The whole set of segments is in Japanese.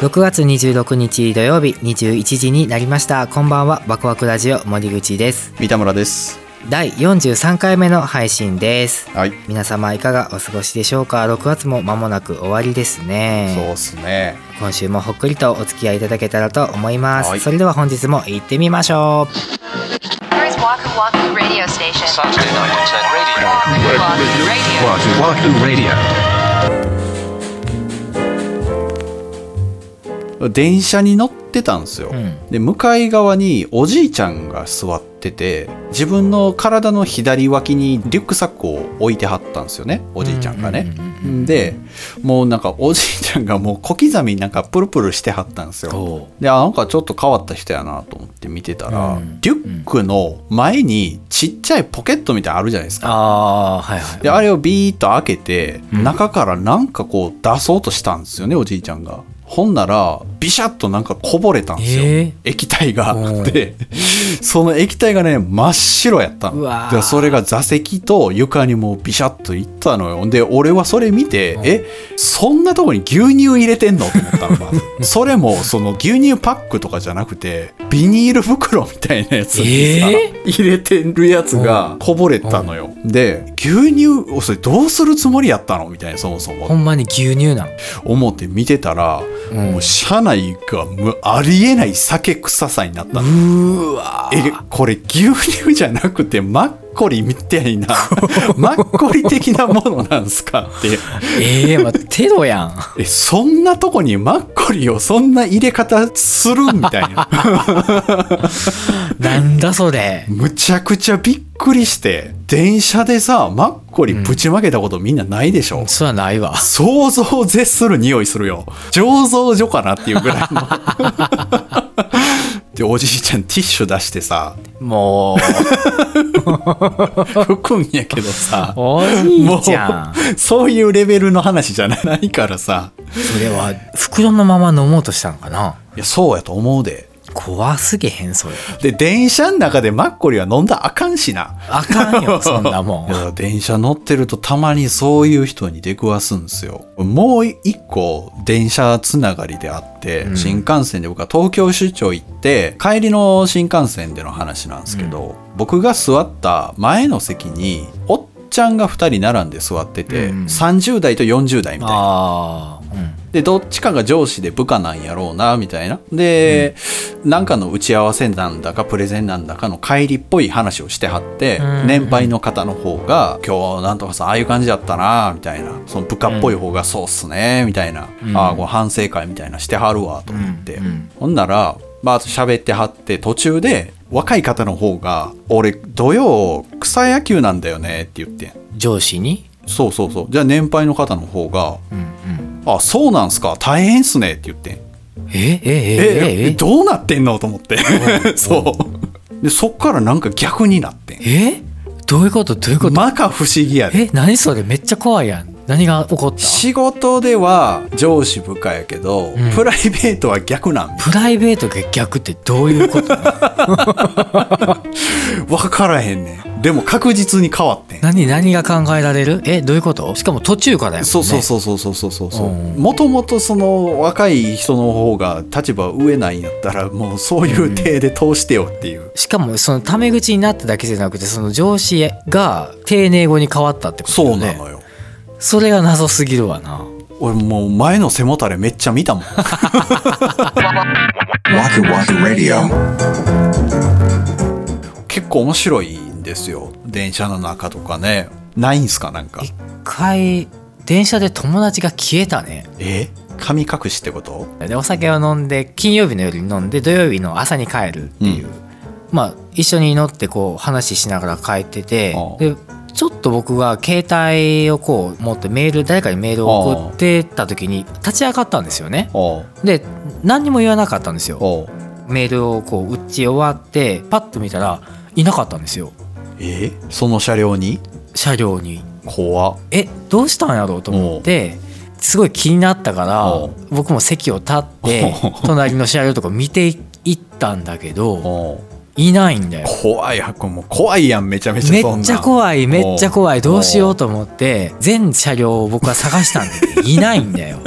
6月26日土曜日21時になりましたこんばんはワクワクラジオ森口です三田村です第43回目の配信ですはい皆様いかがお過ごしでしょうか6月も間もなく終わりですそうねっすね今週もほっくりとお付き合いいただけたらと思います、はいそれでは本日も行ってみましょ Here's Waku Waku Radio Station. Saturday night at radio. Waku Waku Radio. Wahoo Wahoo Radio. 電車に乗ってたんですよ、う、うん、で向かい側におじいちゃんが座ってて自分の体の左脇にリュックサックを置いてはったんですよねおじいちゃんがねう、んでもうなんかおじいちゃんがもう小刻みになんかプルプルしてはったんですよであなんかちょっと変わった人やなと思って見てたら、うんリュックの前にちっちゃいポケットみたいなのあるじゃないですかああはいはいであれをビーッと開けて、うん中からなんかこう出そうとしたんですよねおじいちゃんがほんならビシャッとなんかこぼれたんですよ、え液体がうんで その液体がね真っ白やったうのわーでそれが座席と床にもうビシャッといったのよで俺はそれ見て、うんえそんなとこに牛乳入れてんのと思ったの まずそれもその牛乳パックとかじゃなくてビニール袋みたいなやつにさ、え入れてるやつうがんこぼれたのよ、で牛乳をそれどうするつもりやったのみたいなそもそほもんまに牛乳なん、思って見てたら、うんもう車内がもうありえない酒臭さになったのうーわえこれ牛乳じゃなくてマッコリみたい なマッコリ的なものなんすかってええまあ、テロ やんえそんなとこにマッコリをそんな入れ方するみたい ななんだそれむちゃくちゃびっくりして電車でさマッコリぶちまけたことみんなないでしょ、そらないわ想像を絶する匂いするよ醸造所かなっていうぐらいのでおじいちゃんティッシュ出してさもう拭くんやけどさ おじもいちゃんうそういうレベルの話じゃないからさそれは袋のまま飲もうとしたのかないやそうやと思うで怖すぎへんそれで電車の中でマッコリは飲んだらあかんしなあかん よそんなもんいや電車乗ってるとたまにそういう人に出くわすんですよもう一個電車つながりであって、うん新幹線で僕は東京出張行って帰りの新幹線での話なんですけど、僕が座った前の席におっちゃんが2人並んで座ってて、うん30代と40代みたいなああ、うんでどっちかが上司で部下なんやろうなみたいなで、なんかの打ち合わせなんだかプレゼンなんだかの帰りっぽい話をしてはって、うん年配の方の方が「今日なんとかさんああいう感じだったな」みたいなその部下っぽい方が「そうっすね」みたいな「うんああこう反省会みたいなしてはるわ」と思って、うんうんほんならまあ喋ってはって途中で若い方の方が「俺土曜草野球なんだよね」って言ってん上司にそうそうそうじゃあ年配の方の方が「うんうんあ、そうなんすか、大変っすねって言ってん。えええええええ どうなってんのと思って。そう。で、そっからなんか逆になってん。えどういうことどういうこと、まか不思議やで。え何それめっちゃ怖いやん何が起こった仕事では上司部下やけど、んプライベートは逆なんプライベートが逆ってどういうこと 分からへんねんでも確実に変わってん何何が考えられるえどういうことしかも途中からやもんねそうそうそうそうそうそうそうそううんもともとその若い人の方が立場上なんやったらもうそういう体で通してよっていう、しかもそのタメ口になっただけじゃなくてその上司が丁寧語に変わったってことだそようねなのよそれが謎すぎるわな俺もう前の背もたれめっちゃ見たもん Wahoo Wahoo Radio. 結構面白いんですよ電車の中とかねないんすかなんか一回電車で友達が消えたねえ神隠しってことでお酒を飲んで金曜日の夜に飲んで土曜日の朝に帰るっていう、うんまあ一緒に乗ってこう話しながら帰っててああでちょっと僕が携帯をこう持ってメール誰かにメールを送ってた時に立ち上がったんですよねおうで何にも言わなかったんですよおうメールをこう打ち終わってパッと見たらいなかったんですよえその車両に車両に怖っえどうしたんやろうと思ってすごい気になったからおう僕も席を立っておう隣の車両とか見ていったんだけどおういないんだよ怖い箱もう怖いやんめちゃめちゃめそんなっちゃ怖いめっちゃ怖いおう どうしようと思って全車両を僕は探したんだけどいないんだよ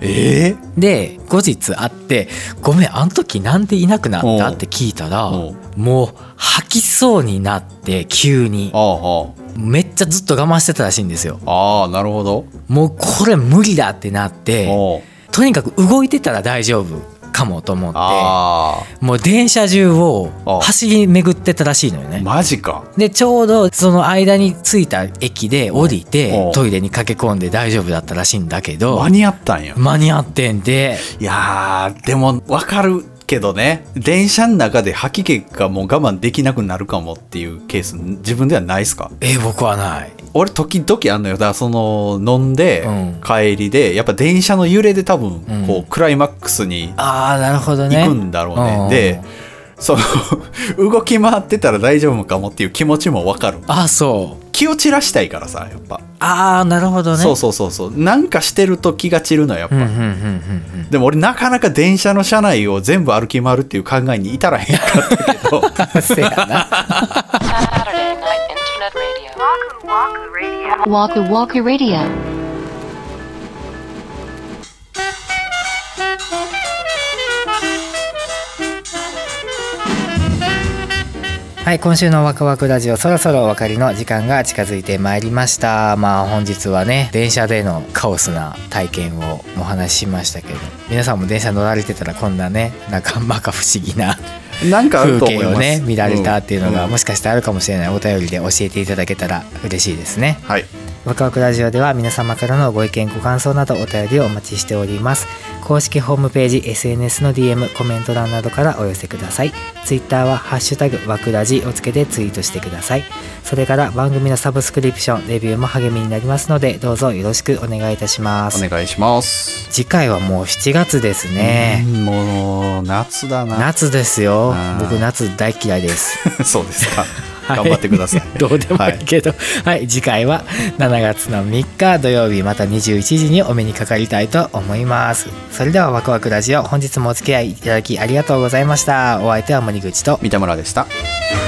ええで後日会って「ごめんあの時なんでいなくなっおた?」うって聞いたらおうもう吐きそうになって急にあめっちゃずっと我慢してたらしいんですよああああなるほどもうこれ無理だってなっておうとにかく動いてたら大丈夫かもと思ってあもう電車中をおう走り巡ってたらしいのよあねマジかでちょうどその間に着いた駅で降りおてうトイレに駆け込んで大丈夫だったらしいんだけど間に合ったんや間に合ってんでいやーでもわかるけどね電車の中で吐き気がもう我慢できなくなるかもっていうケース自分ではないですかえ僕はない俺時々あんのよだからその飲んで、うん帰りでやっぱ電車の揺れで多分うんこう、クライマックスにああなるほどね行くんだろうねうんでその 動き回ってたら大丈夫かもっていう気持ちもわかるあそう気を散らしたいからさやっぱああなるほどねそうそうそうそうなんかしてると気が散るのよやっぱ、うんうんうんうんでも俺なかなか電車の車内を全部歩き回るっていう考えに至らへんかったけど うんせやな Saturday Night Internet Radio. Waku Waku Radio. Waku Waku Radio. はい今週のワクワクラジオそろそろお別れの時間が近づいてまいりましたまあ本日はね電車でのカオスな体験をお話ししましたけど皆さんも電車乗られてたらこんなねなんかまか不思議ななんかあ風ると思い景ますをね見られたっていうのがんもしかしてあるかもしれないお便りで教えていただけたら嬉しいですねはいワクワクラジオでは皆様からのご意見ご感想などお便りをお待ちしております公式ホームページ SNS の DM コメント欄などからお寄せください Twitter は「ハッシュタグワクラジ」をつけてツイートしてくださいそれから番組のサブスクリプションレビューも励みになりますのでどうぞよろしくお願いいたしますお願いします次回はもう7月ですねうんもう夏だな夏ですよあー僕夏大嫌いですそうですかはい頑張ってください どうでもいいけど、はい、次回は7月の3日土曜日また21時にお目にかかりたいと思います。それではワクワクラジオ本日もお付き合いいただきありがとうございました。お相手は森口と三田村でした Radio.